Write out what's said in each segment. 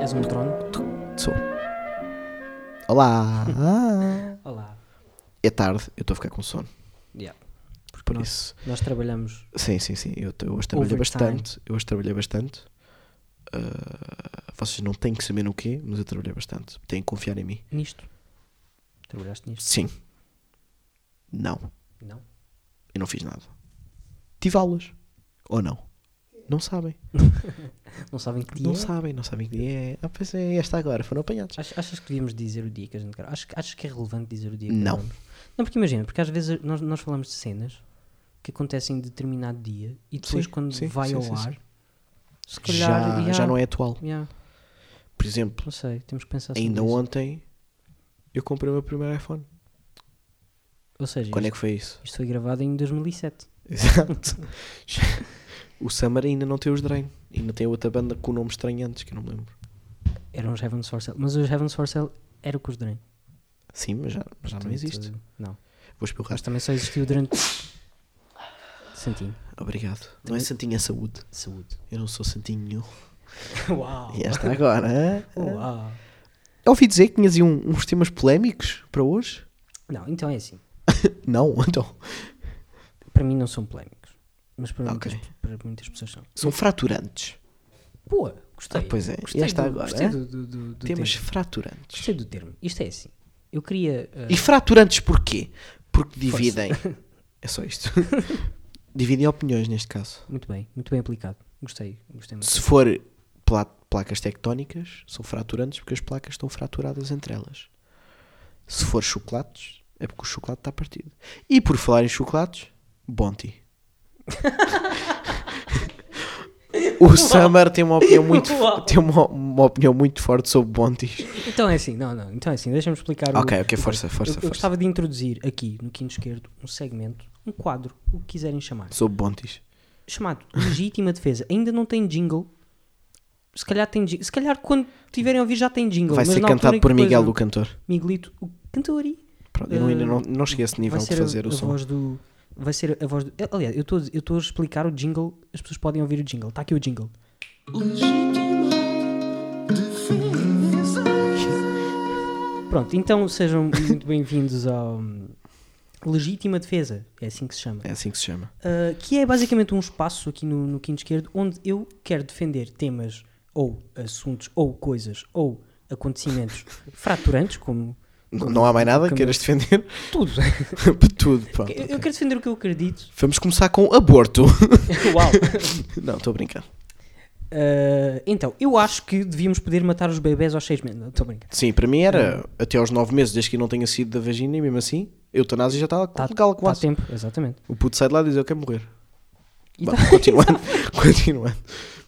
És um trono? Olá! Ah. Olá. é tarde, eu estou a ficar com sono. Yeah. Porque Por nós, isso. nós trabalhamos. Sim, sim, sim. Eu, t- eu hoje trabalhei Overtime. bastante. Eu hoje trabalhei bastante. Ah, vocês não têm que saber no quê, mas eu trabalhei bastante. Têm que confiar em mim. Nisto. Trabalhaste nisto? Sim. Não. Não. Eu não fiz nada. Tive aulas. Ou não? Não sabem. Não sabem que dia? Não é? sabem, não sabem que dia é. Ah, pois é esta agora, foram apanhados. Ach- Achas que devíamos dizer o dia que a gente grava? Acho, que- achas que é relevante dizer o dia que Não. gravamos? Não, porque imagina, porque às vezes nós, nós falamos de cenas que acontecem em determinado dia e depois Sim, quando sim, vai sim, ao sim, ar, se Já, calhar. yeah, já não é atual. yeah, Por exemplo, não sei, temos que pensar sobre ainda isso. ontem eu comprei o meu primeiro iPhone. Ou seja, Quando é isto, que foi isso? isto foi gravado em 2007. Exato. o Summer ainda não tem os Drain. Ainda tem outra banda com o nome estranho antes, que eu não me lembro. Eram os um Heavens for Sale. Mas os Heavens for Sale era com os Drain. Sim, mas já, mas já não Portanto, existe. Não. eh, Vou espirrar. Mas também só existiu durante. Santinho. Obrigado. Não é Santinho, é saúde. Saúde. Eu não sou Santinho. Uau! E esta agora, hã? Uau! Eu ouvi dizer que tinhas aí um- uns temas polémicos para hoje? Não, então é assim. Não, então. Para mim não são polémicos. Mas para, Ok. muitas, para muitas pessoas são. São fraturantes. Boa! Gostei. Ah, pois é. Gostei E esta do, agora, Gostei é? do, do- do- do Temas termo. fraturantes. Gostei do termo. Isto é assim. Eu queria. ah, E fraturantes porquê? Porque dividem. É só isto. dividem opiniões neste caso. Muito bem, muito bem aplicado. Gostei, gostei muito. Se for pla- placas tectónicas, são fraturantes porque as placas estão fraturadas entre elas. Se for chocolates, é porque o chocolate está partido. E por falar em chocolates, Bonti. o Summer tem uma opinião muito, Uau. tem uma, uma opinião muito forte sobre Bontis. Então é assim, não, não. Então é assim, deixa-me explicar. o- Ok, ok, o- força, força, eu, eu força. gostava de introduzir aqui no quinto esquerdo um segmento, um quadro, o que quiserem chamar. Sobre Bontis. chamado Legítima Defesa. Ainda não tem jingle. Se calhar tem jingle. Se calhar quando tiverem a ouvir já tem jingle. Vai mas ser na cantado altura por que depois Miguel não. do Cantor. Miguelito, o cantor. aí. Pronto, eu não- ainda Eh, não, não cheguei a esse nível Vai de ser fazer a, o a som. voz do. Vai ser a voz do. eh, Aliás, eu estou a explicar o jingle. As pessoas podem ouvir o jingle. Está aqui o jingle. Pronto, então sejam muito bem-vindos ao hum, Legítima Defesa. É assim que se chama. É assim que se chama. Uh, que é basicamente um espaço aqui no, no quinto esquerdo onde eu quero defender temas ou assuntos ou coisas ou acontecimentos fraturantes, como Não, não há mais nada que queiras defender? tudo. Tudo, pronto. Eu, ok. eu quero defender o que eu acredito. Vamos começar com aborto. Uau! não, estou a brincar. Uh, então, eu acho que devíamos poder matar os bebés aos seis meses. Não, Estou a brincar. Sim, para mim era até aos 9 meses, desde que eu não tenha sido da vagina, e mesmo assim, eutanásia já estava Tá- legal Há quase. tempo, exatamente. o puto sai de lá e diz: Eu quero morrer. E tá. Vá, continuando, continuando.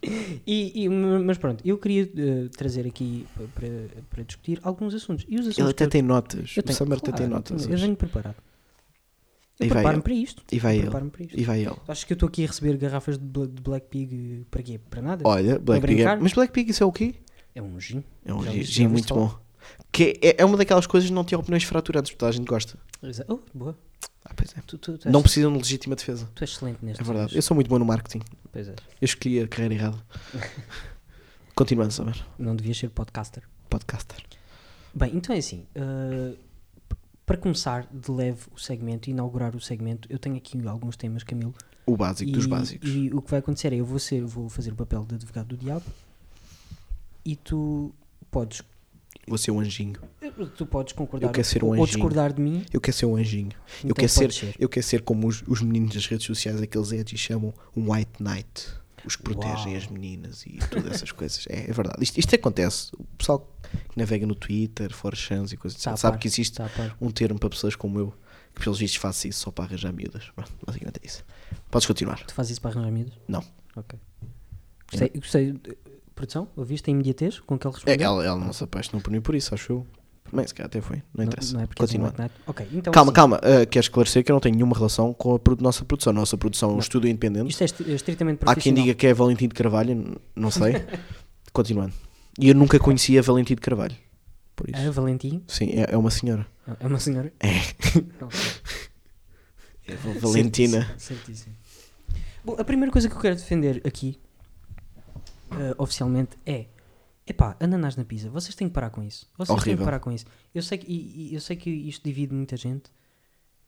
E, e- mas pronto, eu queria uh, trazer aqui pa- para, para discutir alguns assuntos. E os assuntos Ele até que eu- tem notas. eu o tenho- Summer até tem claro, notas. Eu hoje. venho preparado. Eu E vai preparo-me ele. para isto. E vai Eu ele. preparo-me para isto. E vai ele. Acho que eu estou aqui a receber garrafas de Bla- de Black Pig eh, para quê? Para nada? Olha, Black Pig. É... brincar? Mas Black Pig, isso é o quê? É um gin. É um Já gin ouviste- já gin ouviste muito falar? bom. Que é, é uma daquelas coisas que não tem opiniões fraturantes, porque toda a gente gosta. Exa- Oh, boa. Ah, pois é. Tu, tu- tu és, Não precisam de legítima defesa. tu és excelente neste. É verdade. Eu sou muito bom no marketing. Pois é. Eu escolhi a carreira errada. Continuando, Summer. Não devias ser podcaster. Podcaster. Bem, então é assim. eh, p- para começar de leve o segmento, inaugurar o segmento, eu tenho aqui alguns temas, Camilo. O básico dos E- básicos. E o que vai acontecer é eu vou, ser, eu vou fazer o papel de advogado do diabo e tu podes, eh, Vou ser um anjinho. tu podes concordar Eu quero ser um ou, ou anjinho. discordar de mim. Eu quero ser um anjinho. eu, Então quero ser, pode ser. eu quero ser como os, os meninos das redes sociais, aqueles edgy chamam um white knight. Os que protegem as meninas e todas essas coisas. É, é verdade. Isto, isto acontece. O pessoal que navega no Twitter, forchans e coisas Tá a assim, sabe par, que existe tá a par. um termo para pessoas como eu que pelos vistos faço isso só para arranjar miúdas. Pronto, basicamente é isso. Podes continuar. Tu fazes isso para arranjar miúdos? Não. Ok. Gostei, gostei de- produção, ouviste a imediatez com que ele É, respondeu? Ela, ela não se apaixonou por mim por isso, acho eu. Bem, se calhar até foi. Não, Não- interessa. não é porque és um Continuando. magnato. Ok, então calma, assim, calma. Uh, quero esclarecer que eu não tenho nenhuma relação com a produ- nossa produção. Nossa produção é um estúdio independente. Isto é est- é estritamente Há quem profissional. diga que é Valentim de Carvalho, n- não sei. Continuando. E eu nunca conhecia Valentim de Carvalho. Por isso. A Valentim Sim, é, é uma senhora. é uma senhora. É. É Val- Valentina. Certíssimo. Bom, a primeira coisa que eu quero defender aqui, eh, oficialmente, é. Epá, ananás na pizza, vocês têm que parar com isso. Vocês têm que Horrível. parar com isso. Eu sei que, e- e eu sei que isto divide muita gente.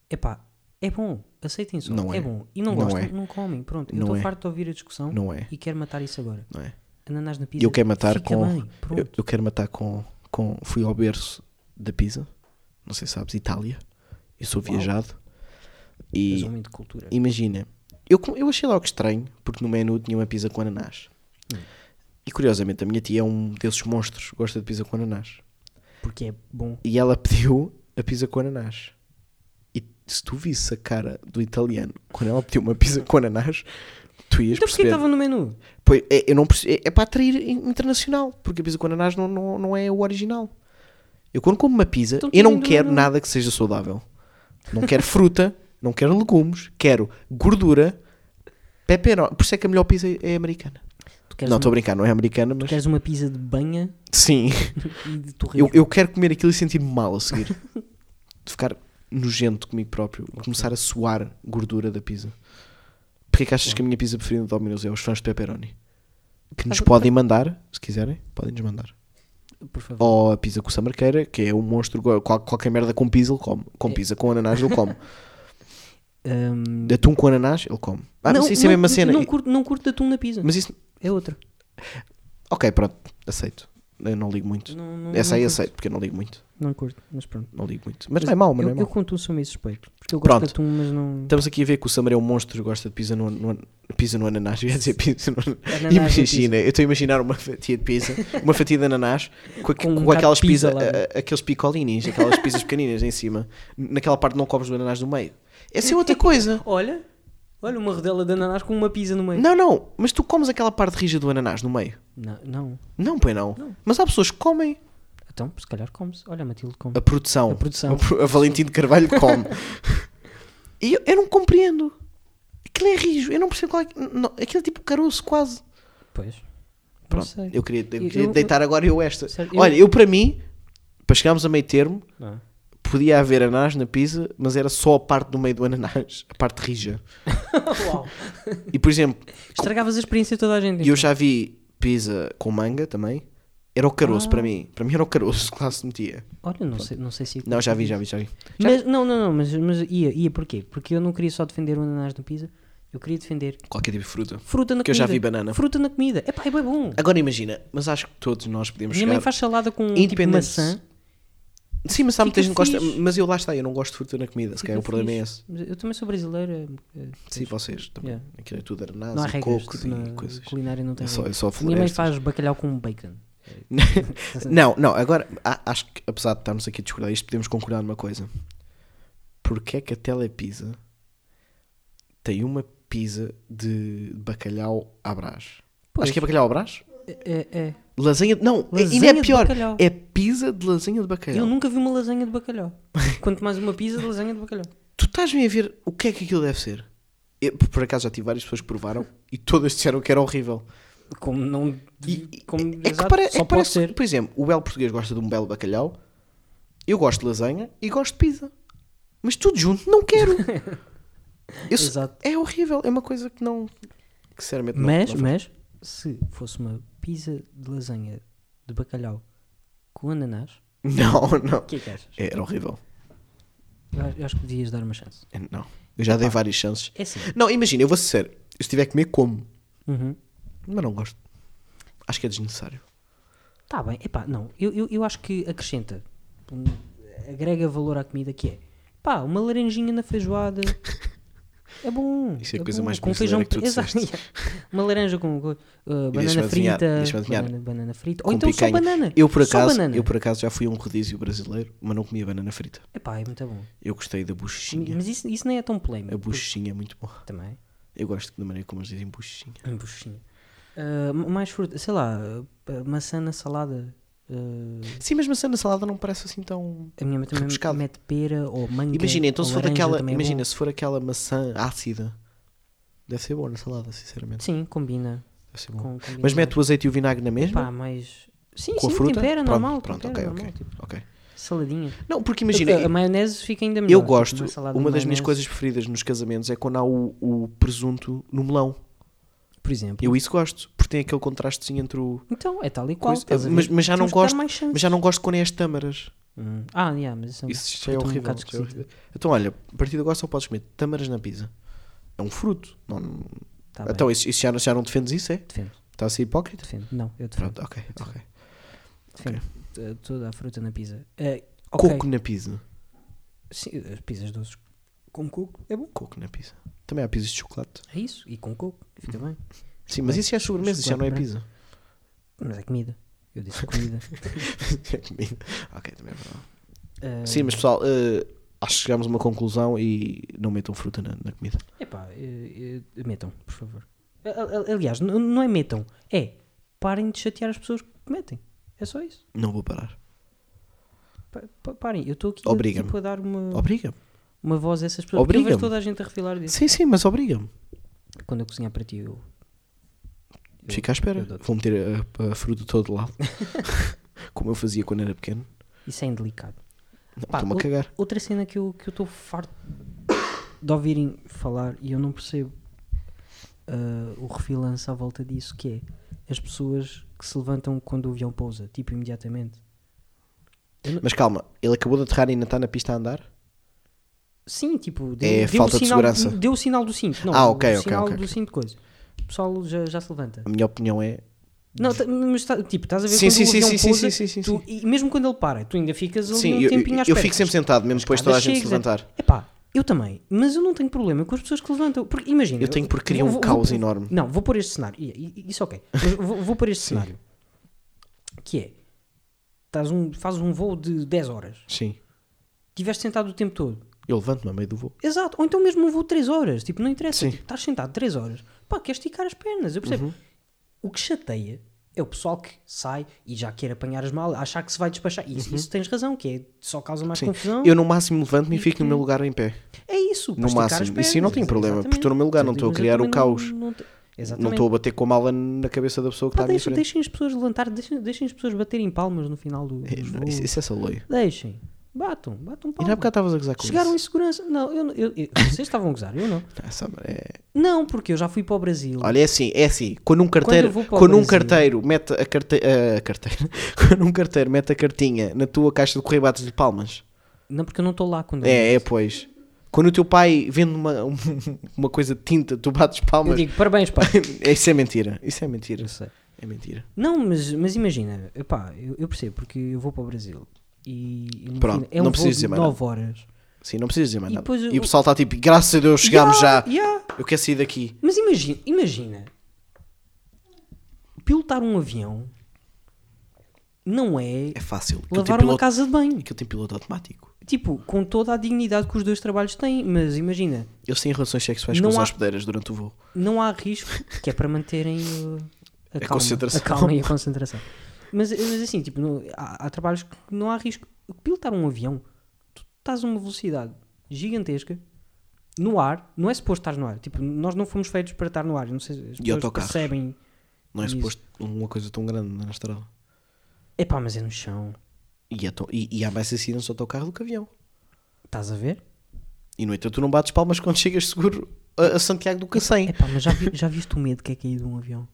Epá, é bom, aceitem só. Não é. é. bom. E não Não gostam, é. não comem. Pronto, eu Não estou é. farto de ouvir a discussão Não é, e quero matar isso agora. não é. Ananás na E pizza. eu quero matar fica com. bem, pronto. eu, eu quero matar com, com. Fui ao berço da Pisa. Não sei se sabes, Itália. Eu sou Uau. viajado. És E homem de cultura. imagina. Eu, com- eu achei logo estranho, porque no menu tinha uma pizza com ananás. E curiosamente, a minha tia é um desses monstros, gosta de pizza com ananás. Porque é bom. E ela pediu a pizza com ananás. E se tu visse a cara do italiano quando ela pediu uma pizza com ananás, tu ias Então porquê perceber. estava no menu? Pois, é, eu não perce- é, é para atrair in- internacional, porque a pizza com ananás não, não, não é o original. Eu quando como uma pizza, Então eu não tirem do quero menu. nada que seja saudável. Não quero fruta, não quero legumes, quero gordura, pepperoni. Por isso é que a melhor pizza é americana. Tu queres, não, uma, estou a brincar, não é americana, tu mas... queres uma pizza de banha Sim, e de eu, torresmo. eu quero comer aquilo e sentir-me mal a seguir. De ficar nojento comigo próprio, começar a suar gordura da pizza. Porquê que achas que a minha pizza preferida de Domino's é os fãs de pepperoni? Que nos Faz- podem mandar, se quiserem, podem nos mandar. Por favor. Ou a pizza com samarqueira, que é um monstro, qual- qualquer merda com pizza ele come. Com É. pizza, com ananás ele come. Ahm, De atum com ananás ele come. Ah, mas isso é a mesma cena. Não curto, não curto atum na pizza. Mas isso... É outra. Ok, pronto, aceito. Eu não ligo muito. Não, não, Essa aí não aceito, porque eu não ligo muito. Curto, não curto, mas pronto. Não ligo muito. Mas não é mau, mas eu, não é mau. Eu com atum sou meio suspeito. Porque eu Pronto. gosto de atum, mas não. Estamos aqui a ver que o Summer é um monstro que gosta de pizza no, no, pizza no ananás. Eu ia dizer pizza no ananás. Ananás na pizza. Imagina, eu estou a imaginar uma fatia de pizza, uma fatia de ananás, com, a- Com um com bocado de aquelas pizza pizza, lá dentro. a- a- aqueles picolinis, aquelas pizzas pequeninas em cima. Naquela parte não cobres o ananás no meio. Essa é outra coisa. Olha, olha, uma rodela de ananás com uma pizza no meio. Não, não, mas tu comes aquela parte rija do ananás no meio. Não, não. Não, pois não. Mas há pessoas que comem Então, se calhar come-se. Olha, a Matilde come. a produção. A produção. A, pro- a Valentim de Carvalho come. e eu, eu não compreendo. Aquilo é rijo. Eu não percebo qual é. que- não, aquilo é tipo caroço quase. Pois. Não Pronto, sei. eu queria, eu Eu- queria eu- deitar agora eu esta. Sério, eu- Olha, eu para mim, para chegarmos a meio termo, Não. é? podia haver ananás na pizza, mas era só a parte do meio do ananás, a parte rija. Ah, Uau. E por exemplo, Estragavas a experiência de toda a gente. então. eu já vi pizza com manga também, era o caroço Ah. para mim. Para mim era o caroço que lá se metia. Olha, não sei, não sei se. Não, já vi, já vi, já vi. Já- Mas, não, não, não, mas, mas ia, ia porquê? Porque eu não queria só defender o ananás na pizza, eu queria defender Qualquer tipo de fruta. fruta na comida. Que eu já vi banana. Fruta na comida. Epá, é bem bom. Agora imagina, mas acho que todos nós podemos Minha mãe chegar... faz salada com tipo Independente- maçã. Sim, mas há muita Fica gente que gosta... fixe. Mas eu lá está, eu não gosto de fruta na comida, se Fica calhar o problema é fixe. esse. Mas Eu também sou brasileira. eh, Sim, vocês também. Yeah. Aquilo é tudo Não há arnaz e regras. cocos Tipo, e na coisas. culinária não tem É só, é regras. só Minha mãe florestas. faz bacalhau com bacon. Assim. Não, não, agora a- acho que apesar de estarmos aqui a discordar isto, podemos concordar numa coisa. Porquê é que a Telepisa tem uma pizza de bacalhau à brás? Pois. Acho que é bacalhau à brás? É, é. Lasanha, de- não, Lasanha ainda é de pior. bacalhau. É pizza de lasanha de Eu bacalhau. nunca vi uma lasanha de bacalhau. Quanto mais uma pizza de lasanha de bacalhau. Tu estás-me a ver o que é que aquilo deve ser? Eu, por acaso já tive várias pessoas que provaram e todas disseram que era horrível. Como não. E- e- como, É que, exato, pare- é só que pode parece, ser. por exemplo, o belo português gosta de um belo bacalhau, eu gosto de lasanha e gosto de pizza. Mas tudo junto não quero. Eu se- Exato. É horrível, é uma coisa que não. Que sinceramente não. Mas, não- mas, se fosse uma pizza de lasanha de bacalhau com ananás, Não, não. o que é que achas? Era horrível. Eu acho- Eu acho que devias dar uma chance. É, Não. Eu já dei várias chances. É assim. Não, imagina, eu vou ser sério. Eu Se tiver que comer, como. Uhum. Mas não gosto. Acho que é desnecessário. Tá bem, epá, não, eu, eu, eu acho que acrescenta, um, agrega valor à comida que é, pá, uma laranjinha na feijoada, é bom. Isso é a bom, coisa mais com feijão brasileira que tu pre- Exato, Uma laranja com uh, banana, deixa-me adivinhar, frita, deixa-me adivinhar. banana, banana frita, ou Com então picanha. só banana. Eu por, só acaso, banana. eu por acaso já fui a um rodízio brasileiro, mas não comia banana frita. Epá, é muito bom. Eu gostei da buchinha. Mas isso, isso nem é tão polémico. A buchinha é muito boa. Também, Eu gosto da maneira como eles dizem buchinha. um buchinho. Ah, m- mais fruta, sei lá, ah, maçã na salada. ah, Sim, mas maçã na salada não parece assim tão. a minha mãe também Rebuscado. mete pera ou manga. Imagina, então ou se for laranja aquela. também é imagina, bom. se for aquela maçã ácida. Deve ser boa na salada, sinceramente. Sim, combina. Deve ser bom. Com- combina Mas bem. mete o azeite e o vinagre na mesma? Pá, mas Sim, com sim, a fruta. tempera pronto, normal. pronto, tempera ok, normal, ok, tipo, ok. saladinha. Não, porque imagina, a, a maionese fica ainda melhor. eu tipo, gosto, uma, salada de das minhas maionese, coisas preferidas nos casamentos é quando há o, o presunto no melão. Por exemplo. Eu isso gosto, porque tem aquele contrastezinho entre o. Então, é tal e qual. Coisa- estás a ver? mas- mas já não Temos que dar gosto- mais chances. Mas já não gosto quando é as tâmaras. Hum. Ah, yeah, mas isso, Isso já é fruta um horrível. bocado já é esquisita. horrível. Então, olha, a partir de agora só podes comer tâmaras na pizza. É um fruto. Não, Tá bem, então, isso, isso já, não- já não defendes isso, é? defendo, Está a ser hipócrita? defendo. Não, eu defendo. Pronto, ok, ok. defendo eh, toda a fruta na pizza. Eh, ok. Coco na pizza. Sim, as pizzas doces com coco é bom. Coco na pizza. Também há pizzas de chocolate. É isso. E com coco, fica Hum. bem. Sim, mas Bem, isso já é sobremesa, isso já não é chocolate pizza. Mas é comida. Eu disse comida. É comida. ok, também é verdade. Eh, Sim, mas pessoal, eh, acho que chegámos a uma conclusão e não metam fruta na, na comida. Epá, eh, eh, metam, por favor. A- a- Aliás, n- não é metam, é parem de chatear as pessoas que metem. É só isso. Não vou parar. Pa- pa- Parem, eu estou aqui Obriga-me. tipo, a dar uma, Obriga-me. uma voz a essas pessoas. Porque eu Obriga-me. vejo toda a gente a refilar disso. Sim, sim, mas obriga-me. Quando eu cozinhar para ti, eu. Eu- Fica à espera. eu dou-te. Vou meter a, a fruta todo lado. Como eu fazia quando era pequeno. Isso é indelicado. Não, Pá, Estou-me a o- cagar. Outra cena que eu que eu estou farto de ouvirem falar e eu não percebo ah, o refilance à volta disso, que é as pessoas que se levantam quando o avião pousa, tipo imediatamente. Mas calma, ele acabou de aterrar e ainda está na pista a andar? Sim, tipo, deu, É deu falta o de sinal, segurança. Deu o sinal do cinto. Não, Ah, ok, o ok, sinal ok, do ok. cinto, coisa. O pessoal já, já se levanta. A minha opinião é. Não, tá- mas tá- tipo, estás a ver Sim, quando sim, o sim, avião sim, sim, pousa, sim, sim, sim, tu- e mesmo quando ele para, tu ainda ficas ali Sim, um eu, tempinho à eu, eu espera. fico sempre sentado, mesmo depois toda a gente se Chega. levantar. Epá, eu também, mas eu não tenho problema com as pessoas que levantam. Porque imagina. Eu tenho porque cria um vou- caos vou- enorme. Não, vou pôr este cenário. I- i- Isso ok. Mas vou, vou pôr este cenário. Que é. Estás um, fazes um voo de 10 horas. Sim. Tiveste sentado o tempo todo. Eu levanto-me a meio do voo. Exato. Ou então mesmo um voo de 3 horas. Tipo, não interessa. Sim. Uhum. Tipo, estás sentado 3 horas. Pá, queres esticar as pernas. Eu percebo. O que chateia é o pessoal que sai e já quer apanhar as malas, achar que se vai despachar. Isso, isso tens razão, que é, só causa mais Uhum. Sim. confusão. Eu no máximo levanto-me e fico no meu lugar em pé. É isso. No esticar máximo. as Isso pernas, eu não tenho problema, exatamente. porque estou no meu lugar, não Mas estou a eu criar o também caos. Não, não te- exatamente. Não estou a bater com a mala na cabeça da pessoa que Pá, está à minha deixem, frente. deixem as pessoas levantar, deixem, deixem as pessoas baterem palmas no final do. É, dos não, voos. Isso, isso é saloio. Deixem. Batam, batam E é na palmas. época estavas a gozar com Chegaram em isso. segurança. Não, eu, eu- eu- vocês estavam a gozar, eu não. Ah, sabe, é- Não, porque eu já fui para o Brasil. Olha, é assim, é assim. Quando um carteiro, eu vou quando para o um Brasil- carteiro mete a carteira, a carteira, quando um carteiro mete a cartinha na tua caixa de correio bates de palmas. Não, porque eu não estou lá quando. eu- É, é pois. Quando o teu pai vende uma, uma coisa de tinta, tu bates Eu palmas. digo parabéns, pá. isso é mentira. Isso é mentira. Eu sei. É mentira. Não, mas, mas imagina, epá, eu, eu percebo, porque eu vou para o Brasil e. e no Pronto, é um voo não preciso de dizer mais nada. 9 horas. Sim, não precisas dizer mais E nada. depois e eu- o pessoal está tipo, graças a Deus, chegámos já. Yeah. Eu quero sair daqui. Mas imagina, imagina. Pilotar um avião não é, É fácil. Aquilo tem lavar uma piloto, casa de banho. aquilo tem piloto automático. Tipo, com toda a dignidade que os dois trabalhos têm, mas imagina, Eles têm relações sexuais Não com há- as hospedeiras durante o voo. não há risco, que é para manterem uh, a, calma, concentração. a calma e a concentração. Mas, mas assim, tipo, não- há, há trabalhos que não há risco. Pilotar um avião, tu estás a uma velocidade gigantesca no ar, não é suposto estar no ar. Tipo, nós não fomos feitos para estar no ar. Eu Não sei se as E pessoas autocarros. percebem. Não é Isso. suposto uma coisa tão grande na estrada. Epá, mas é no chão. E, é tão- e- e há mais acidentes ao teu carro do que avião. Estás a ver? E no entanto, tu não bates palmas quando chegas seguro a, a Santiago do Cacém. Epá, mas já, vi- já viste o medo que é cair de um avião?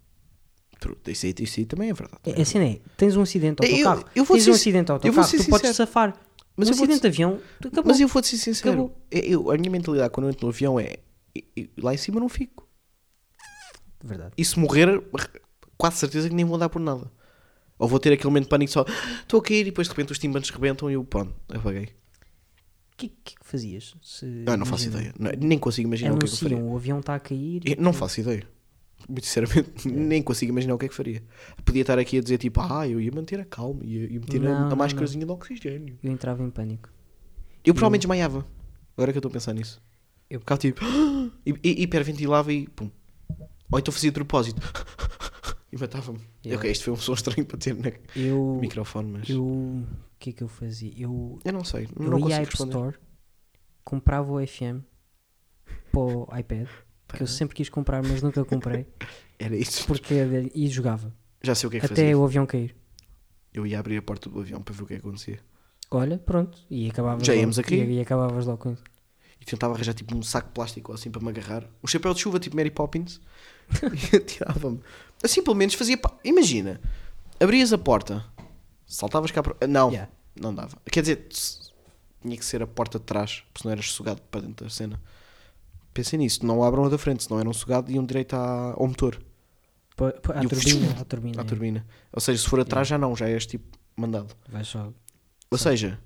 Truta, Isso aí, isso aí também é verdade. É, a cena é, tens um acidente ao Eu- teu carro. eu vou tens ser um sin- acidente ao teu eu vou carro, ser tu podes sincero. safar. Mas um eu vou acidente de avião, tu acabou. Mas eu vou-te ser sincero. É, Acabou. Eu, a minha mentalidade quando eu entro no avião é e- e lá em cima não fico. Verdade. E se morrer, quase certeza que nem vou dar por nada. Ou vou ter aquele momento de pânico só "Ah, estou a cair e depois de repente os timbanos rebentam e eu pronto, apaguei. O que, que é que fazias? Se, Ah, não faço ideia. Não- nem consigo imaginar o que é que eu faria. Anunciam, o um avião está a cair. Eu não faço ideia. Muito sinceramente, nem consigo imaginar o que é que faria. Podia estar aqui a dizer tipo, ah, eu ia manter a calma, ia, ia meter Não, a, a não, máscarazinha de oxigênio. Eu entrava em pânico. Eu provavelmente desmaiava. Agora que eu estou a pensar nisso. Eu- Eu ficava tipo, "Ah!" e, e hiperventilava e pum. Ou então fazia de propósito e matava-me. Yeah. Ok, isto foi um som estranho para ter no Eu. microfone, mas. Eu. O que é que eu fazia? Eu, Eu não sei, eu não ia à consigo App responder. Store, comprava o FM para o iPad, que eu sempre quis comprar, mas nunca comprei, Era isso. porque e jogava. Já sei o que é que até fazia. o avião cair. Eu ia abrir a porta do avião para ver o que é que acontecia. Olha, pronto. E acabavas Já logo- íamos a cair. E, e acabavas logo com isso. E tentava arranjar tipo um saco de plástico assim para me agarrar. Um chapéu de chuva tipo Mary Poppins. e atirava-me. Assim pelo menos fazia. pa- Imagina, abrias a porta, saltavas cá para. Não, Yeah. não dava. Quer dizer, tss, tinha que ser a porta de trás, porque senão eras sugado para dentro da cena. Pensei nisso, não abram a da frente, senão eram sugado e iam direito à- ao motor, Pô, pô, à E o- turbina, à turbina. é. à turbina. Ou seja, se for atrás já não, já és tipo mandado. Vais só. Ou seja,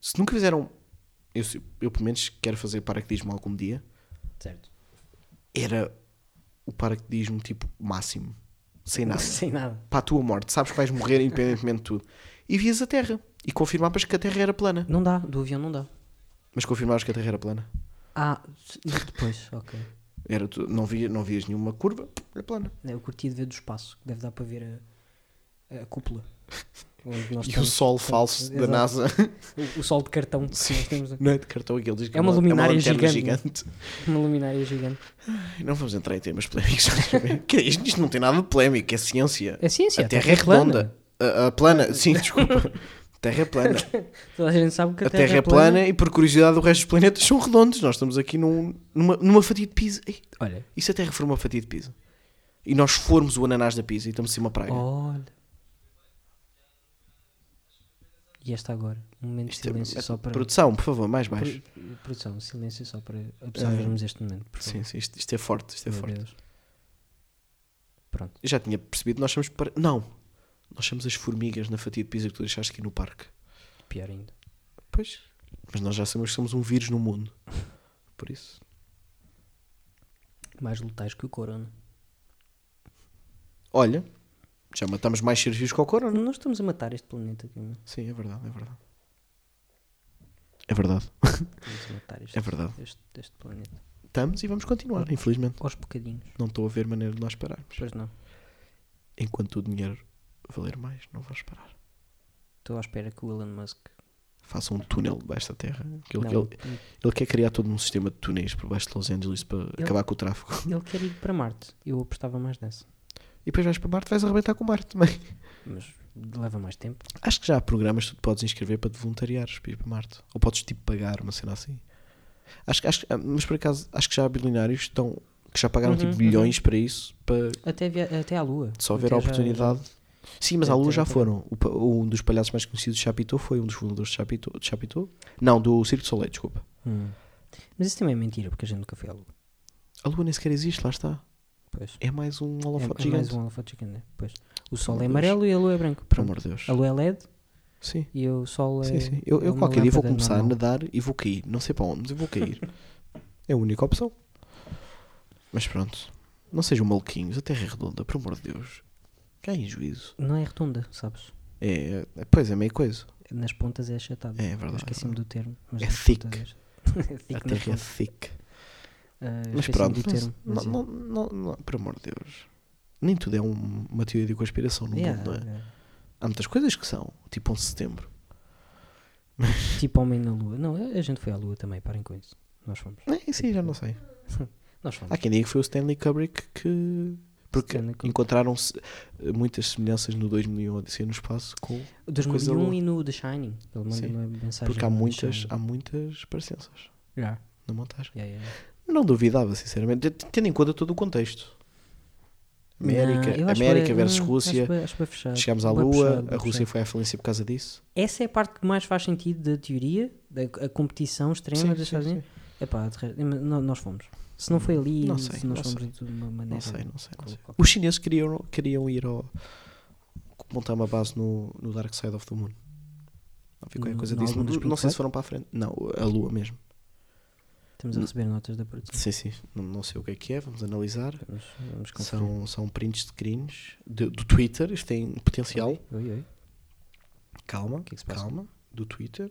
se nunca fizeram. Eu, se- eu pelo menos quero fazer paraquedismo algum dia. Certo. Era o paraquedismo tipo máximo. Sem nada. Sem nada. Para a tua morte. Sabes que vais morrer independentemente de tudo. E vias a Terra. E confirmavas que a Terra era plana. Não dá, do avião não dá. Mas confirmavas que a Terra era plana. Ah, se- depois, ok. Era tu- não, via, não vias nenhuma curva. Era plana. Né, Eu curti de ver do espaço, que deve dar para ver a, a cúpula. Onde nós E o estamos. sol falso da Exato. NASA. O, o sol de cartão que nós temos, Não é de cartão aquele diz que É uma luminária lanterna gigante. uma luminária gigante. gigante. Não vamos entrar em temas polémicos. que é isto? Isto não tem nada de polémico. É ciência. É ciência. a Terra é redonda. A, a plana, sim, desculpa. A Terra é plana. Toda a gente sabe que A Terra é plana e, por curiosidade, o resto dos planetas são redondos. Nós estamos aqui num- numa, numa fatia de pizza. Ei, Olha, E se a Terra for uma fatia de pizza? E nós formos o ananás da pizza e estamos assim uma praga? Oh, olha. E esta agora? Um momento de Isto é- silêncio é- só para. Produção, por favor, mais baixo. Pro- Produção, silêncio só para observarmos este momento. Por favor. Sim, sim, isto, isto é forte, isto é Meu forte. Deus. Pronto. Eu já tinha percebido, nós somos para... Não, nós somos as formigas na fatia de pizza que tu deixaste aqui no parque. Pior ainda. Pois. Mas nós já sabemos que somos um vírus no mundo. Por isso. Mais letais que o corona. Olha, já matamos mais seres vivos que o corona. Nós estamos a matar este planeta aqui, mano. Sim, é verdade, é verdade. É verdade, Estamos a matar este, é verdade. este, este planeta. Estamos e vamos continuar, infelizmente. Aos bocadinhos. Não estou a ver maneira de nós pararmos. Pois não. Enquanto o dinheiro valer mais, não vamos parar. Estou à espera que o Elon Musk. Faça um túnel debaixo da terra. Que ele, não, ele, ele quer criar todo um sistema de túneis por baixo de Los Angeles para acabar com o tráfego. ele quer ir para Marte. Eu apostava mais nessa. E depois vais para Marte, vais arrebentar com Marte também. Mas leva mais tempo. Acho que já há programas que tu te podes inscrever para te voluntariares para ir para Marte. Ou podes tipo pagar uma cena assim. Acho, que- acho, que- ah, mas por acaso, acho que já há bilionários que, estão, que já pagaram Uhum, tipo uhum. bilhões para isso, para Até, via- até à Lua. se houver Até a já- oportunidade. Sim, mas já à Lua tem- já tem. foram. O pa- um dos palhaços mais conhecidos de Chapitou foi um dos fundadores de Chapitou. De Chapitou? Não, do Circo de Soleil, desculpa. Hum. Mas isso também é mentira, porque a gente nunca foi à Lua. A Lua nem sequer existe, lá está. Pois. É mais um É, holofote é gigante. mais um holofote gigante, né? Pois. O Sol amor é de amarelo e a Lua é branco. Por Pronto. amor de Deus. A Lua é LED Sim. e o Sol é. Sim, sim. Eu, é eu uma qualquer dia vou lâmpada começar a normal. nadar e vou cair. Não sei para onde, mas eu vou cair. é a única opção. Mas pronto. Não sejam maluquinhos. A Terra é redonda, por amor de Deus. Caem em juízo. Não é redonda, sabes? É, é- pois é, meio coisa. Nas pontas é achatada. É, é verdade. Esqueci-me do termo. Mas É nas thick. pontas É thick. a nas Terra é pontas. thick. Ah, Mas esqueci-me pronto. do termo, Não, mas é. não, não, não- por amor de Deus. Nem tudo é um- uma teoria de conspiração no Yeah, mundo, não é? yeah. Há muitas coisas que são. Tipo 11 de setembro. Tipo homem na Lua. Não, a a gente foi à Lua também, parem com isso. Nós fomos. É, isso aí já não sei. Nós fomos. Há quem diga que foi o Stanley Kubrick que. Ah, Porque Stanley Kubrick. encontraram-se eh, muitas semelhanças no 2001 Odisseia no Espaço com. coisa 2001 boa. e no The Shining. Ele manda Sim. uma mensagem. Porque há Tá no The muitas, Shining. há muitas parecenças Já. na montagem. Já, já, já. Não duvidava, sinceramente, te- tendo em conta todo o contexto. América, Não, eu acho América bué- versus não, Rússia. acho bué- acho bué fechado. Chegámos à Bué Lua, puxado, bué a Rússia puxado. foi à falência por causa disso. Essa é a parte que mais faz sentido da teoria, da a competição extrema Sim, dos sim, Estados Unidos. Epá, de resto, mas nó- nós fomos. Se não foi ali, Não sei, se nós não fomos sei. de uma maneira. Não sei, não sei, não sei. qual- qual- Os chineses queriam, queriam ir ao. montar uma base no, no Dark Side of the Moon. Não vi qualquer No- coisa na disso. Lua dos Hum, Não, não sei Pink se foram para a frente. Não, a Lua mesmo. Estamos a receber notas da produção. Sim, sim. Não, não sei o que é que é, vamos analisar. Vamos, vamos conferir. São, são prints de screens de- do Twitter, isto tem potencial. Oi, oi. Calma, que é que se passa? calma. Do Twitter.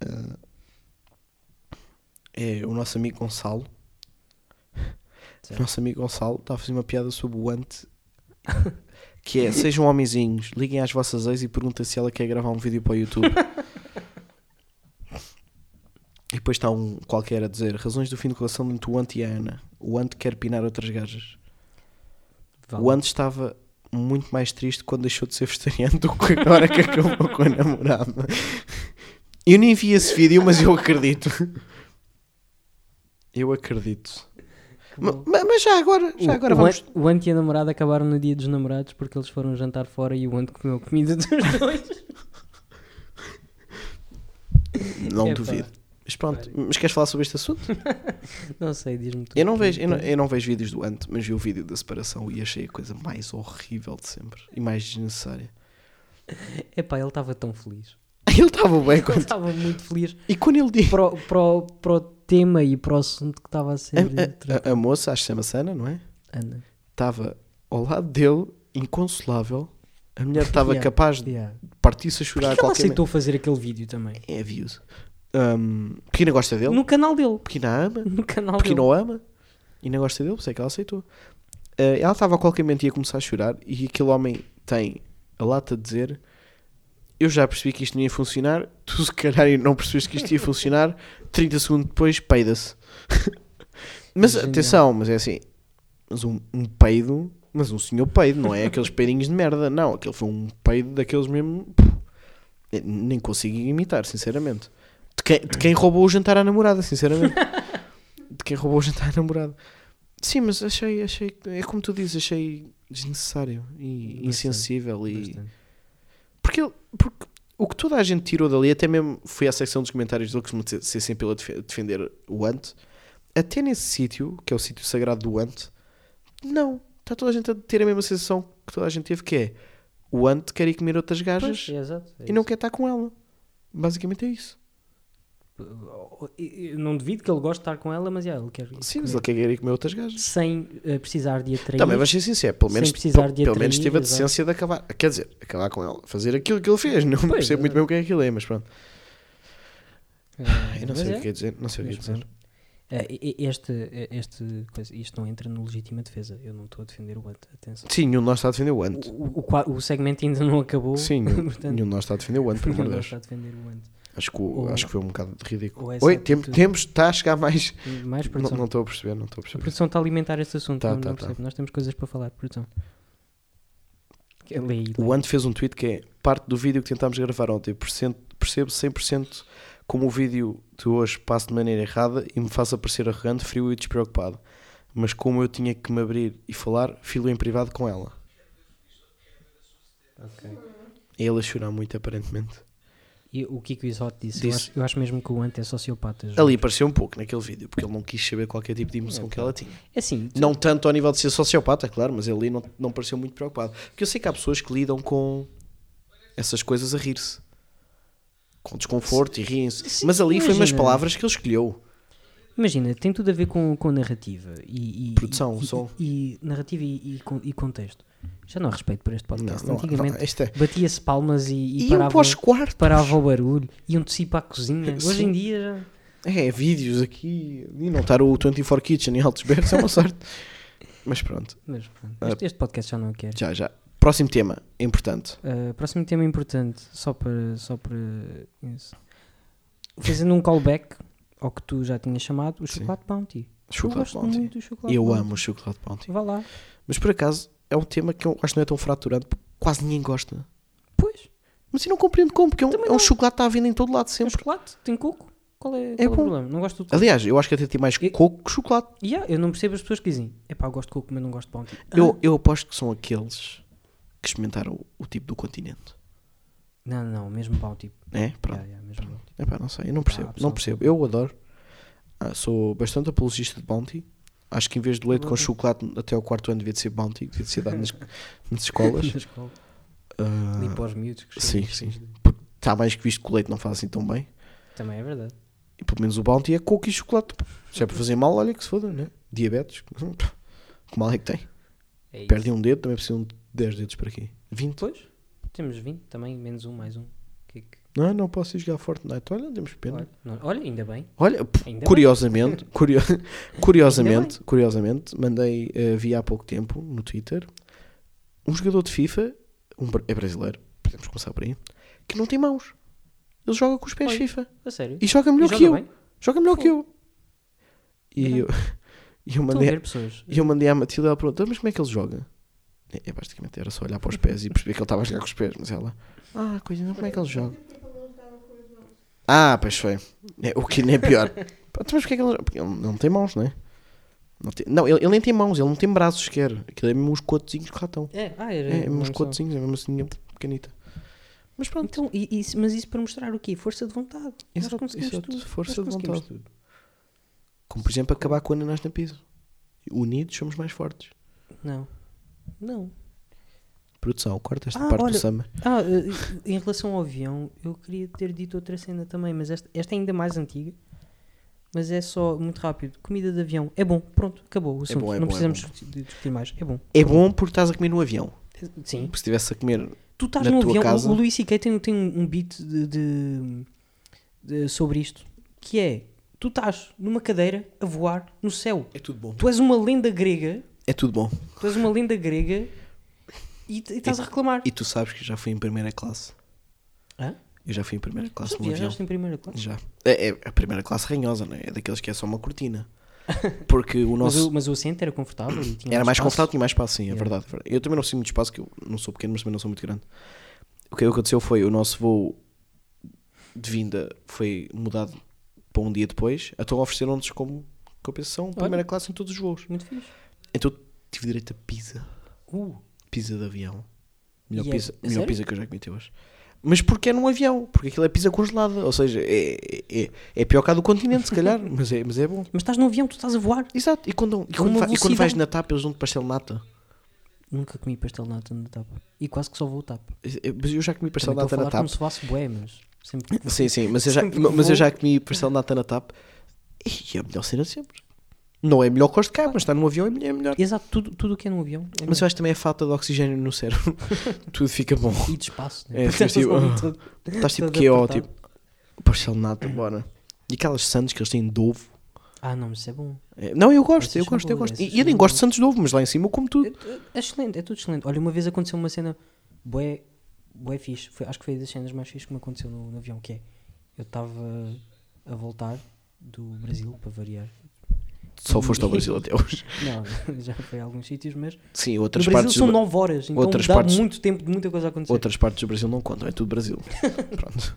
Ah, é o nosso amigo Gonçalo. Certo. O nosso amigo Gonçalo está a fazer uma piada sobre o ante. que é: sejam homenzinhos, liguem às vossas ex e perguntem se ela quer gravar um vídeo para o YouTube. E depois está um qualquer a dizer razões do fim do coração entre o Ant e a Ana. O Ant quer pinar outras gajas. Vale. O Ant estava muito mais triste quando deixou de ser vegetariano do que agora que acabou com a namorada. Eu nem vi esse vídeo, mas eu acredito. Eu acredito. Ma- ma- Mas, já agora, já agora o, vamos. o Ant e a namorada acabaram no dia dos namorados porque eles foram jantar fora e o Ant comeu a comida dos dois. Não Epá. duvido. Mas pronto, mas queres falar sobre este assunto? não sei, diz-me tu. Eu não vejo, eu não, eu não vejo vídeos do Ant, mas vi o vídeo da separação e achei a coisa mais horrível de sempre e mais desnecessária. Epá, ele estava tão feliz. Ele estava bem Ele É quando. estava muito feliz E quando ele disse. para o, para o- para o tema e para o assunto que estava a ser. eh, A- tratado. A, a- a moça, acho que se chama Sana, não é? Ana. Estava ao lado dele, inconsolável. A mulher estava Yeah. capaz de Yeah. partir-se a Porquê chorar a que ela qualquer momento. aceitou fazer aquele vídeo também? É views. Um, pequena gosta dele, No canal dele. pequena ama, No canal pequena dele. o ama e não gosta dele, por isso é que ela aceitou. Eh, ela estava a qualquer momento ia começar a chorar e aquele homem tem a lata de dizer: Eu já percebi que isto não ia funcionar, tu se calhar não percebeste que isto ia funcionar, 30 segundos depois peida-se. mas Genial. atenção, mas é assim: mas um, um peido, mas um senhor peido, não é aqueles peidinhos de merda, não, aquele foi um peido daqueles mesmo. Eh, Nem consigo imitar, sinceramente. De quem, de quem roubou o jantar à namorada, sinceramente. De quem roubou o jantar à namorada. Sim, mas achei, achei, é como tu dizes, achei desnecessário e Bastante, insensível e... Bastante. Porque, ele- porque o que toda a gente tirou dali, até mesmo fui à secção dos comentários dele, que costuma ser ser sempre ele a defe- defender o Ant, até nesse sítio, que é o sítio sagrado do Ant, não, está toda a gente a ter a mesma sensação que toda a gente teve, que é, o Ant quer ir comer outras gajas Pois, é, exato, é e não isso. quer estar com ela. Basicamente é isso. Eu Oh, não duvido que ele goste de estar com ela, mas yeah, ele quer. Sim, comer. mas ele quer ir comer outras gajas. Sem eh, precisar de atrair. Também vais ser sincero, pelo Sem menos, precisar pe- de pelo menos atrair, teve a exato. decência de acabar, quer dizer, acabar com ela, fazer aquilo que ele fez, não Pois, percebo muito exato. bem o que é que ele é, mas pronto. Eh, Eu não mas sei é. o que é dizer, não sei o que é Mas dizer. pronto. Eh, e- e- Este, eh, este coisa- isto não entra no legítima defesa. Eu não estou a defender o Ant. Atenção. Sim, nenhum de nós está a defender o Ant. O, o- o qua- o segmento ainda não acabou. Sim, nenhum portanto, nenhum de nós está a defender o Ant, pelo amor de não Deus. está a defender o Ant. Acho que, o- Ou- acho que foi um bocado ridículo. ou essa Oi, tem- atitude. temos, está a chegar mais. Mais Não produção. não estou a perceber, não estou a A perceber. produção está a alimentar este assunto. Tá, não- tá, não tá. percebo. Nós temos coisas para falar, produção. Que- Lê aí, lê. O Ant fez um tweet que é parte do vídeo que tentámos gravar ontem. Percento- Percebo 100% como o vídeo de hoje passa de maneira errada e me faz aparecer arrogante, frio e despreocupado. Mas como eu tinha que me abrir e falar, filo em privado com ela. E Ele a chorar muito, aparentemente. E o Kiko Isote disse: eu Disse. acho, eu acho mesmo que o Ant é sociopata. João. Ali apareceu um pouco naquele vídeo, porque ele não quis saber qualquer tipo de emoção que ela tinha. É assim, tu- Não tanto ao nível de ser sociopata, claro, mas ele ali não, não pareceu muito preocupado. Porque eu sei que há pessoas que lidam com essas coisas a rir-se. Com desconforto e riem-se. Sim, Mas ali foi umas imagina. palavras que ele escolheu. imagina, tem tudo a ver com, com narrativa e, e- Produção, e- som. e- e narrativa e, e con- e contexto. Já não há respeito por este podcast. Não, não, Antigamente não, isto é- batia-se palmas e, e, E eu parava, para os quartos. parava o barulho, iam tossir para a cozinha. Hoje Sim. em dia já. É, vídeos aqui. E não estar o 24 Kitchen em Altos Berros é uma sorte. Mas pronto, Mas pronto, Ah. este, este podcast já não o quer. já, já. Próximo tema, importante. Uh, próximo tema importante, só para, só para isso. Fazendo um callback ao que tu já tinhas chamado, o Sim. chocolate bounty. eu Chocolate gosto Bounty. muito do chocolate Eu bounty. amo o chocolate Bounty. Vá lá. Mas por acaso é um tema que eu acho que não é tão fraturante, porque quase ninguém gosta. Pois, Mas eu não compreendo como, porque é um, Também é um não. chocolate que está à venda em todo lado tem sempre. chocolate, tem coco. Qual é, qual é bom. o problema? Não gosto do coco. Aliás, eu acho que até tem mais Eu- coco que chocolate. Yeah, eu não percebo as pessoas que dizem: é pá, eu gosto de coco, mas não gosto de bounty. Ah, Eu, eu aposto que são aqueles que experimentaram o, o tipo do continente. Não, não, mesmo bounty. É? Pronto. Yeah, yeah, mesmo bounty. Epá, não sei, eu não percebo. pessoal. não percebo. Eu adoro. Ah, sou bastante apologista de Bounty. Acho que em vez de leite com Bounty. chocolate até ao quarto ano devia de ser Bounty, devia de ser dado nas, nas escolas. Na escola. Ah, E para os miúdos que sim, chegam. está mais que visto que o leite não faz assim tão bem. Também é verdade. E pelo menos o Bounty é coco e chocolate. Se é para fazer mal, olha que se foda, né? Diabetes. Que mal é que tem? É isso. Perdem um dedo, também precisam de 10 dedos para aqui. 20? Pois, temos 20 também, menos um, mais um. Que, que- Não, não posso ir jogar Fortnite. Olha, temos pena. olha, não- olha, ainda bem. Olha, pff, Ainda bem. curiosamente, curio- curiosamente, curiosamente, mandei, eh, vi há pouco tempo no Twitter, um jogador de FIFA, um bra- é brasileiro, podemos começar por aí, que não tem mãos. Ele joga com os pés Olha. FIFA. A sério. E joga E melhor joga que eu. bem? Joga melhor que eu. E Bem. eu, e Estou eu a mandei ver pessoas. E eu mandei à Matilde, ela perguntou, mas como é que ele é joga? É, é, basicamente, era só olhar para os pés e perceber que ele estava a jogar com os pés, mas ela. Ah, coisa, não, como é que ele joga? Ah, pois foi. É, o que nem é pior. Pronto, mas porque é que ele. Porque ele não tem mãos, não é? Não, tem- não, ele, ele nem tem mãos, ele não tem braços sequer. Aquilo é mesmo uns cotozinhos de ratão. É, ah, era. É, é uma mesmo uns noção. cotozinhos, é mesmo assim, pequenita. Mas pronto. é Então, e- isso- mas isso para mostrar o quê? Força de vontade. Exato, Nós conseguimos exato. tudo. Força Nós de conseguimos vontade. Como, por exemplo, acabar com o ananás na pizza. Unidos somos mais fortes. tudo. Não. Não. Produção, corta esta Ah, parte olha. do Summer. Ah, eh, em relação ao avião, eu queria ter dito outra cena também, mas esta, esta é ainda mais antiga. Mas é só muito rápido. Comida de avião. É bom, pronto, acabou. O assunto. bom, é não bom, é precisamos bom. discutir- de discutir mais. É bom. É bom porque estás a comer num avião. Sim. Porque se estivesse a comer. Tu estás Na num tua avião. o- casa? O Luís C.K. tem, tem um beat de, de- de- sobre isto. Que é: tu estás numa cadeira a voar no céu. É tudo bom. Tu és uma lenda grega. É tudo bom. Tu és uma lenda grega e, t- e estás a reclamar. E tu sabes que eu já fui em primeira classe. Hã? Eu já fui em primeira classe Já num um avião. viajaste em primeira classe? Já. É, é a primeira classe ranhosa, não é? É daqueles que é só uma cortina. Porque o Mas, nosso. o, mas o assento era confortável e tinha Era mais espaço. confortável, tinha mais espaço, sim, é verdade, é verdade. Eu também não preciso muito de espaço, que eu não sou pequeno, mas também não sou muito grande. O que aconteceu foi o nosso voo de vinda foi mudado para um dia depois, então ofereceram-nos como compensação primeira classe em todos os voos. Muito fixe. Então tive direito a pizza. Uh, Pizza de avião. Melhor, E é- pizza, é melhor sério? pizza que eu já comi até hoje. Mas porque é num avião, porque aquilo é pizza congelada, ou seja, é, é, é pior que a do continente, se calhar, mas é, mas é bom. mas estás num avião, tu estás a voar. Exato, e quando, e quando, uma vai- e quando vais velocidade. na TAP, eles dão-te pastel de nata. Nunca comi pastel de nata na tapa. E quase que só vou tapa. Eh, Mas eu já comi pastel Também de estou a nata falar na como TAP. se fosse bué, mas sempre que Sim, sim, mas eu já, Sempre que mas eu vou. já comi pastel de nata na TAP e é a melhor cena de sempre. Não é a melhor que gosto de cá, mas está num avião é é melhor. Exato, tudo, tudo o que é num avião. É Mas eu acho que também a falta de oxigênio no cérebro. Tudo fica bom. mesmo. E de espaço. Né? É, Porque ficas tipo, estás ah. todo- Estás tipo Todo que ó, apertado. tipo, pastel de nata, bora. E aquelas sandes que eles têm de ovo. Ah, não, mas isso é bom. É, Não, eu gosto, Essas eu são gosto, eu boas, gosto. E essas e eu nem são boas. gosto de sandes de ovo, mas lá em cima eu como É, tudo. é excelente, é tudo excelente. Olha, uma vez aconteceu uma cena bué, bué fixe. Foi- acho que foi das cenas mais fixes que me aconteceu no, no avião, que é, eu estava a voltar do Brasil, para variar. Só foste ao Brasil até hoje. Não, já foi a alguns sítios, mas Sim, no outras Brasil partes, do, são Bra- 9 horas, então outras dá partes- muito tempo de muita coisa acontecer. outras partes do Brasil não contam, é tudo Brasil. Pronto.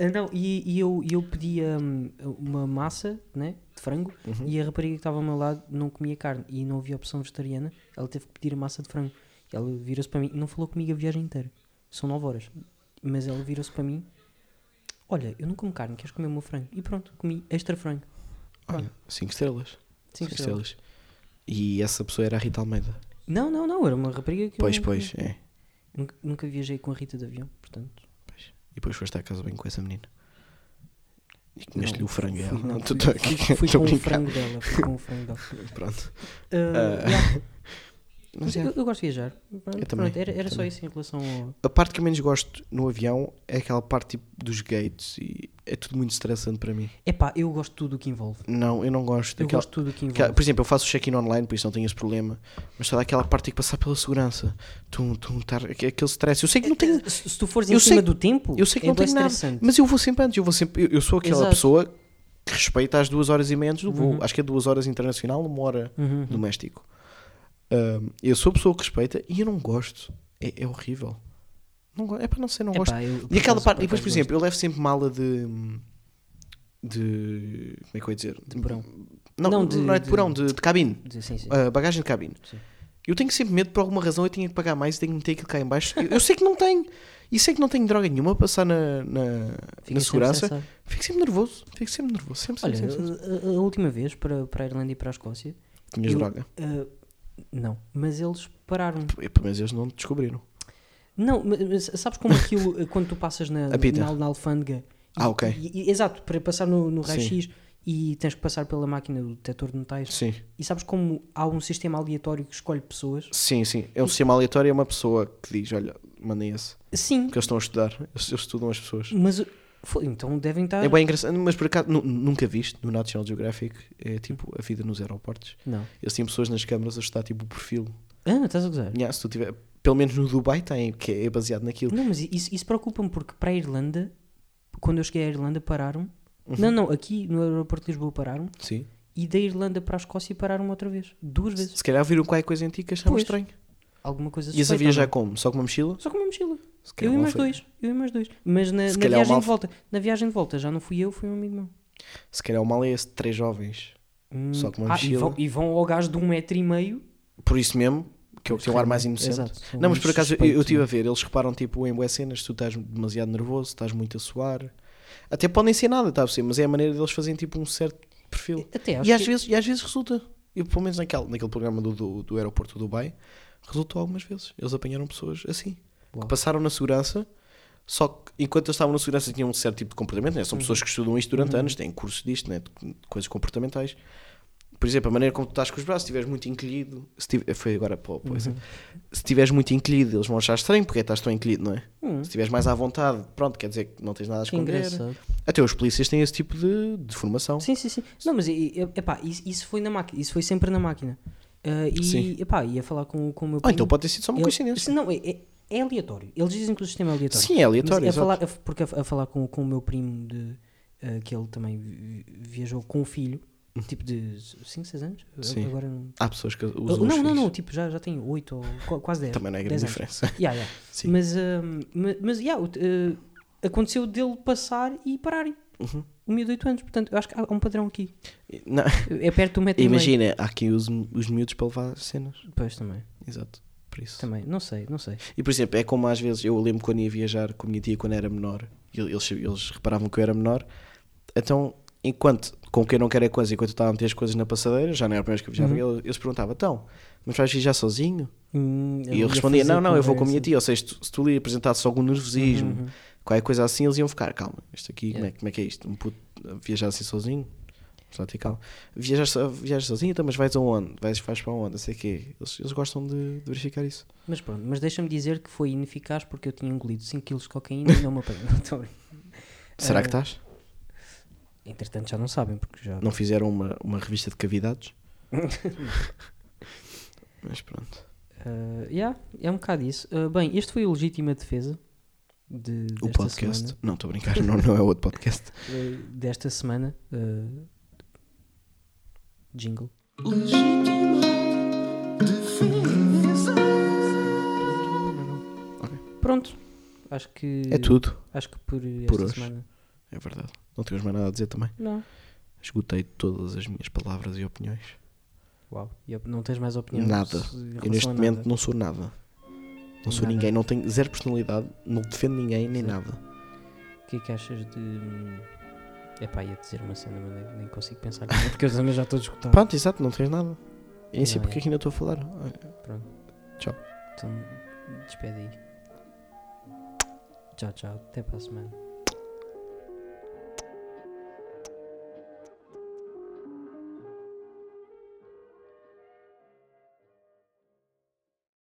Ah, Não, e, e eu, e eu pedia hum, uma massa né, de frango Uhum. e a rapariga que estava ao meu lado não comia carne e não havia opção vegetariana. Ela teve que pedir a massa de frango. E ela virou-se para mim e não falou comigo a viagem inteira. São 9 horas. Mas ela virou-se para mim: Olha, eu não como carne, queres comer o meu frango? E pronto, comi extra frango. Olha, 5 estrelas. Cinco Cinco estrelas. estrelas. E essa pessoa era a Rita Almeida. Não, não, não, era uma rapariga que eu Pois, não- pois, é. Nunca, nunca viajei com a Rita de avião, portanto. E depois foste à casa bem com essa menina. E comeste-lhe Não, o frango. fui- é ela. não, Tu- fui- tu- fui- Fui estou com um a o brincar. frango dela, fui com o frango dela. Pronto. Ah, Ah. yeah. Mas eu, é. eu gosto de viajar. Pronto, também, era era só também. isso em relação ao. A parte que eu menos gosto no avião é aquela parte tipo, dos gates e é tudo muito estressante para mim. Epá, eu gosto de tudo o que envolve. Não, eu não gosto. Eu daquela- gosto de tudo o que Porque, envolve. Por exemplo, eu faço o check-in online, por isso não tenho esse problema. Mas toda aquela parte tem que passar pela segurança. Tum, tum, tar, aque- aquele stress. Eu sei que não tenho. Se, se tu fores em Eu cima sei- do tempo, Eu sei que é não bué tenho nada. estressante. Mas eu vou sempre antes. Eu, vou sempre, eu, eu sou aquela Exato. pessoa que respeita as duas horas e meia antes do voo. Uhum. Acho que é duas horas internacional, uma hora Uhum. doméstico. Ahm, eu sou a pessoa que respeita e eu não gosto. É, é horrível. Não go- É para não ser, não gosto. Epá, eu, por E aquela acaso- parte, por e depois, acaso por exemplo, eu levo sempre mala de. de. como é que eu ia dizer? De porão. Não, Não, não, de- é de de- porão, de, de cabine. gosto. Sim, sim. Ah, bagagem de cabine. Sim. Eu tenho sempre medo, por alguma razão, eu tenho que pagar mais e tenho que meter aquilo cá em baixo. Eu, eu sei que não tenho. E sei que não tenho droga nenhuma a passar na, na, Fica na sempre segurança. estressado. Fico sempre nervoso. Fico sempre nervoso. Sempre, sempre, Olha, sempre, sempre. a, a- a última vez para, para a Irlanda e para a Escócia, Tinhas eu- droga. ah, não, mas eles pararam. E, pelo menos eles não te descobriram. Não, mas, mas sabes como aquilo eh, quando tu passas na, Apita. na, na alfândega? Ah, ok. e- e- exato, para passar no, no Sim. raio-x e tens que passar pela máquina do detector de metais. Sim. E sabes como há um sistema aleatório que escolhe pessoas? Sim, sim. É um sistema aleatório. É uma pessoa que diz: olha, mandem esse. Sim, Porque eles estão a estudar. Eles, eles estudam as pessoas. mas foi, então devem estar. É bem engraçado. Mas por acaso, nu- nunca viste no National Geographic. É tipo a vida nos aeroportos. Não. Eles tinham pessoas nas câmaras a estudar tipo o perfil. Ah, estás a gozar? Yeah, se tu tiver, pelo menos no Dubai tem, que é baseado naquilo. Não, mas isso, isso preocupa-me porque para a Irlanda, quando eu cheguei à Irlanda, pararam. Uhum. Não, não, aqui no aeroporto de Lisboa pararam Sim. e da Irlanda para a Escócia pararam outra vez. Duas vezes. Se calhar viram qualquer coisa em ti que acharam Pois. estranho. alguma coisa Ias suspeita, a viajar não como? Só com uma mochila? é? Só com uma mochila. Se Eu calhar e mal mais foi- dois. Eu e mais dois. Mas na, Se na calhar é o viagem mal de volta. Na viagem de volta já não fui eu, foi um amigo meu. Se calhar o mal é esse de três jovens. Hum, Só com uma ah, e, mochila. vão, e vão ao gajo de um metro e meio. Por isso mesmo, que eu tenho um ar mais inocente. Exato. São Não, mas muito por acaso eu- eu suspeitos, estive não a ver, eles reparam tipo em boas cenas, se tu estás demasiado nervoso, estás muito a suar. Até podem ser nada, está a perceber? Mas é a maneira deles fazerem tipo um certo perfil. é? Até acho E às, que- vezes, e às vezes resulta. Eu, pelo menos naquele, naquele programa do, do, do aeroporto do Dubai, resultou algumas vezes. Eles apanharam pessoas assim. Uau. Que passaram na segurança, só que enquanto eles estavam na segurança tinham um certo tipo de comportamento. Né? São Uhum. pessoas que estudam isto durante anos, têm curso disto, né? de coisas comportamentais. Por exemplo, a maneira como tu estás com os braços, se estiveres muito encolhido, se tive- foi agora para o para o exemplo. Uhum. se estiveres muito encolhido, eles vão achar estranho porque é que estás tão encolhido, não é? Hum. Se estiveres mais à vontade, pronto, quer dizer que não tens nada a Que esconder. engraçado. Até os polícias têm esse tipo de, de formação. Sim, sim, sim. Não, mas e- e- epá, isso, isso foi na máquina, isso foi sempre na máquina. Ah, Sim. e epá, ia falar com, com o meu Ou então primo. pode ter sido só uma Ele- coincidência. se não, é, é- é aleatório. Eles dizem que o sistema é aleatório. Sim, é aleatório, Mas a falar, exato. a f- porque a, f- a falar com, com o meu primo de ah, que ele também vi- viajou com o filho, tipo de 5, 6 anos? A- Uhum. Sim. Agora não. Há pessoas que Ah, usam os Não, não, filhos. não, tipo, já, já tem 8 ou qu- quase 10. Também não é grande diferença. Yeah, yeah. Sim. Mas, hum, ma- mas yeah, o- eh, aconteceu dele passar e pararem. Uhum. O miúdo de 8 anos, portanto, eu acho que há há um padrão aqui. Não, É perto do metro e meio. Imagina, há quem use os miúdos para levar cenas. Pois também, Exato. Por isso. também, não sei, não sei. E por exemplo, é como às vezes eu lembro quando ia viajar com a minha tia quando era menor. e Eles, eles reparavam que eu era menor. Então, enquanto com quem não quer a coisa, enquanto eu estava a meter as coisas na passadeira, já não era a primeira vez que eu Uhum. viajava, eles, eles perguntavam: então, mas vais viajar sozinho? Hum, E eu ia respondia: fazer Não, não, eu vou com a conversa. minha Uhum. tia. Ou seja, se tu, se tu lhe apresentasse algum nervosismo, qualquer coisa assim, eles iam ficar: Calma, isto aqui, como, é, como é que é isto? Um puto a viajar assim sozinho? Vamos lá ter calma. Viajas, so- viajas sozinho, então, mas vais aonde? Vais, vais para onde? Não sei o quê. Eles, eles gostam de, de verificar isso. Mas pronto, mas deixa-me dizer que foi ineficaz porque eu tinha engolido 5kg de cocaína e não me apanhou. Então, Será que estás? Eh, entretanto, já não sabem, porque já. Não fizeram uma, uma revista de cavidades? mas pronto. Ah, yeah, é um bocado isso. Ah, bem, este foi a legítima defesa de, O desta podcast. semana. Não, estou a brincar, não, não é outro podcast. Ah, desta semana. ah, jingle. Pronto. Acho que. É tudo, Acho que por esta hoje. semana. é verdade. Não temos mais nada a dizer também. Não. Esgotei todas as minhas palavras e opiniões. Uau. E op- não tens mais opinião? Nada. se- em Eu relação neste a momento nada? não sou nada. Não sou Nada. ninguém, não tenho zero personalidade, não defendo ninguém nem Zero. nada. O que é que achas de. hum, Epá, ia dizer uma cena, mas nem, nem consigo pensar. agora, Porque eu também já estou a escutar. Pronto, exato, não tens nada. E nem sei Não, é. porque é que ainda estou a falar. Olha, Então, despede aí. Tchau, tchau. Até para a semana.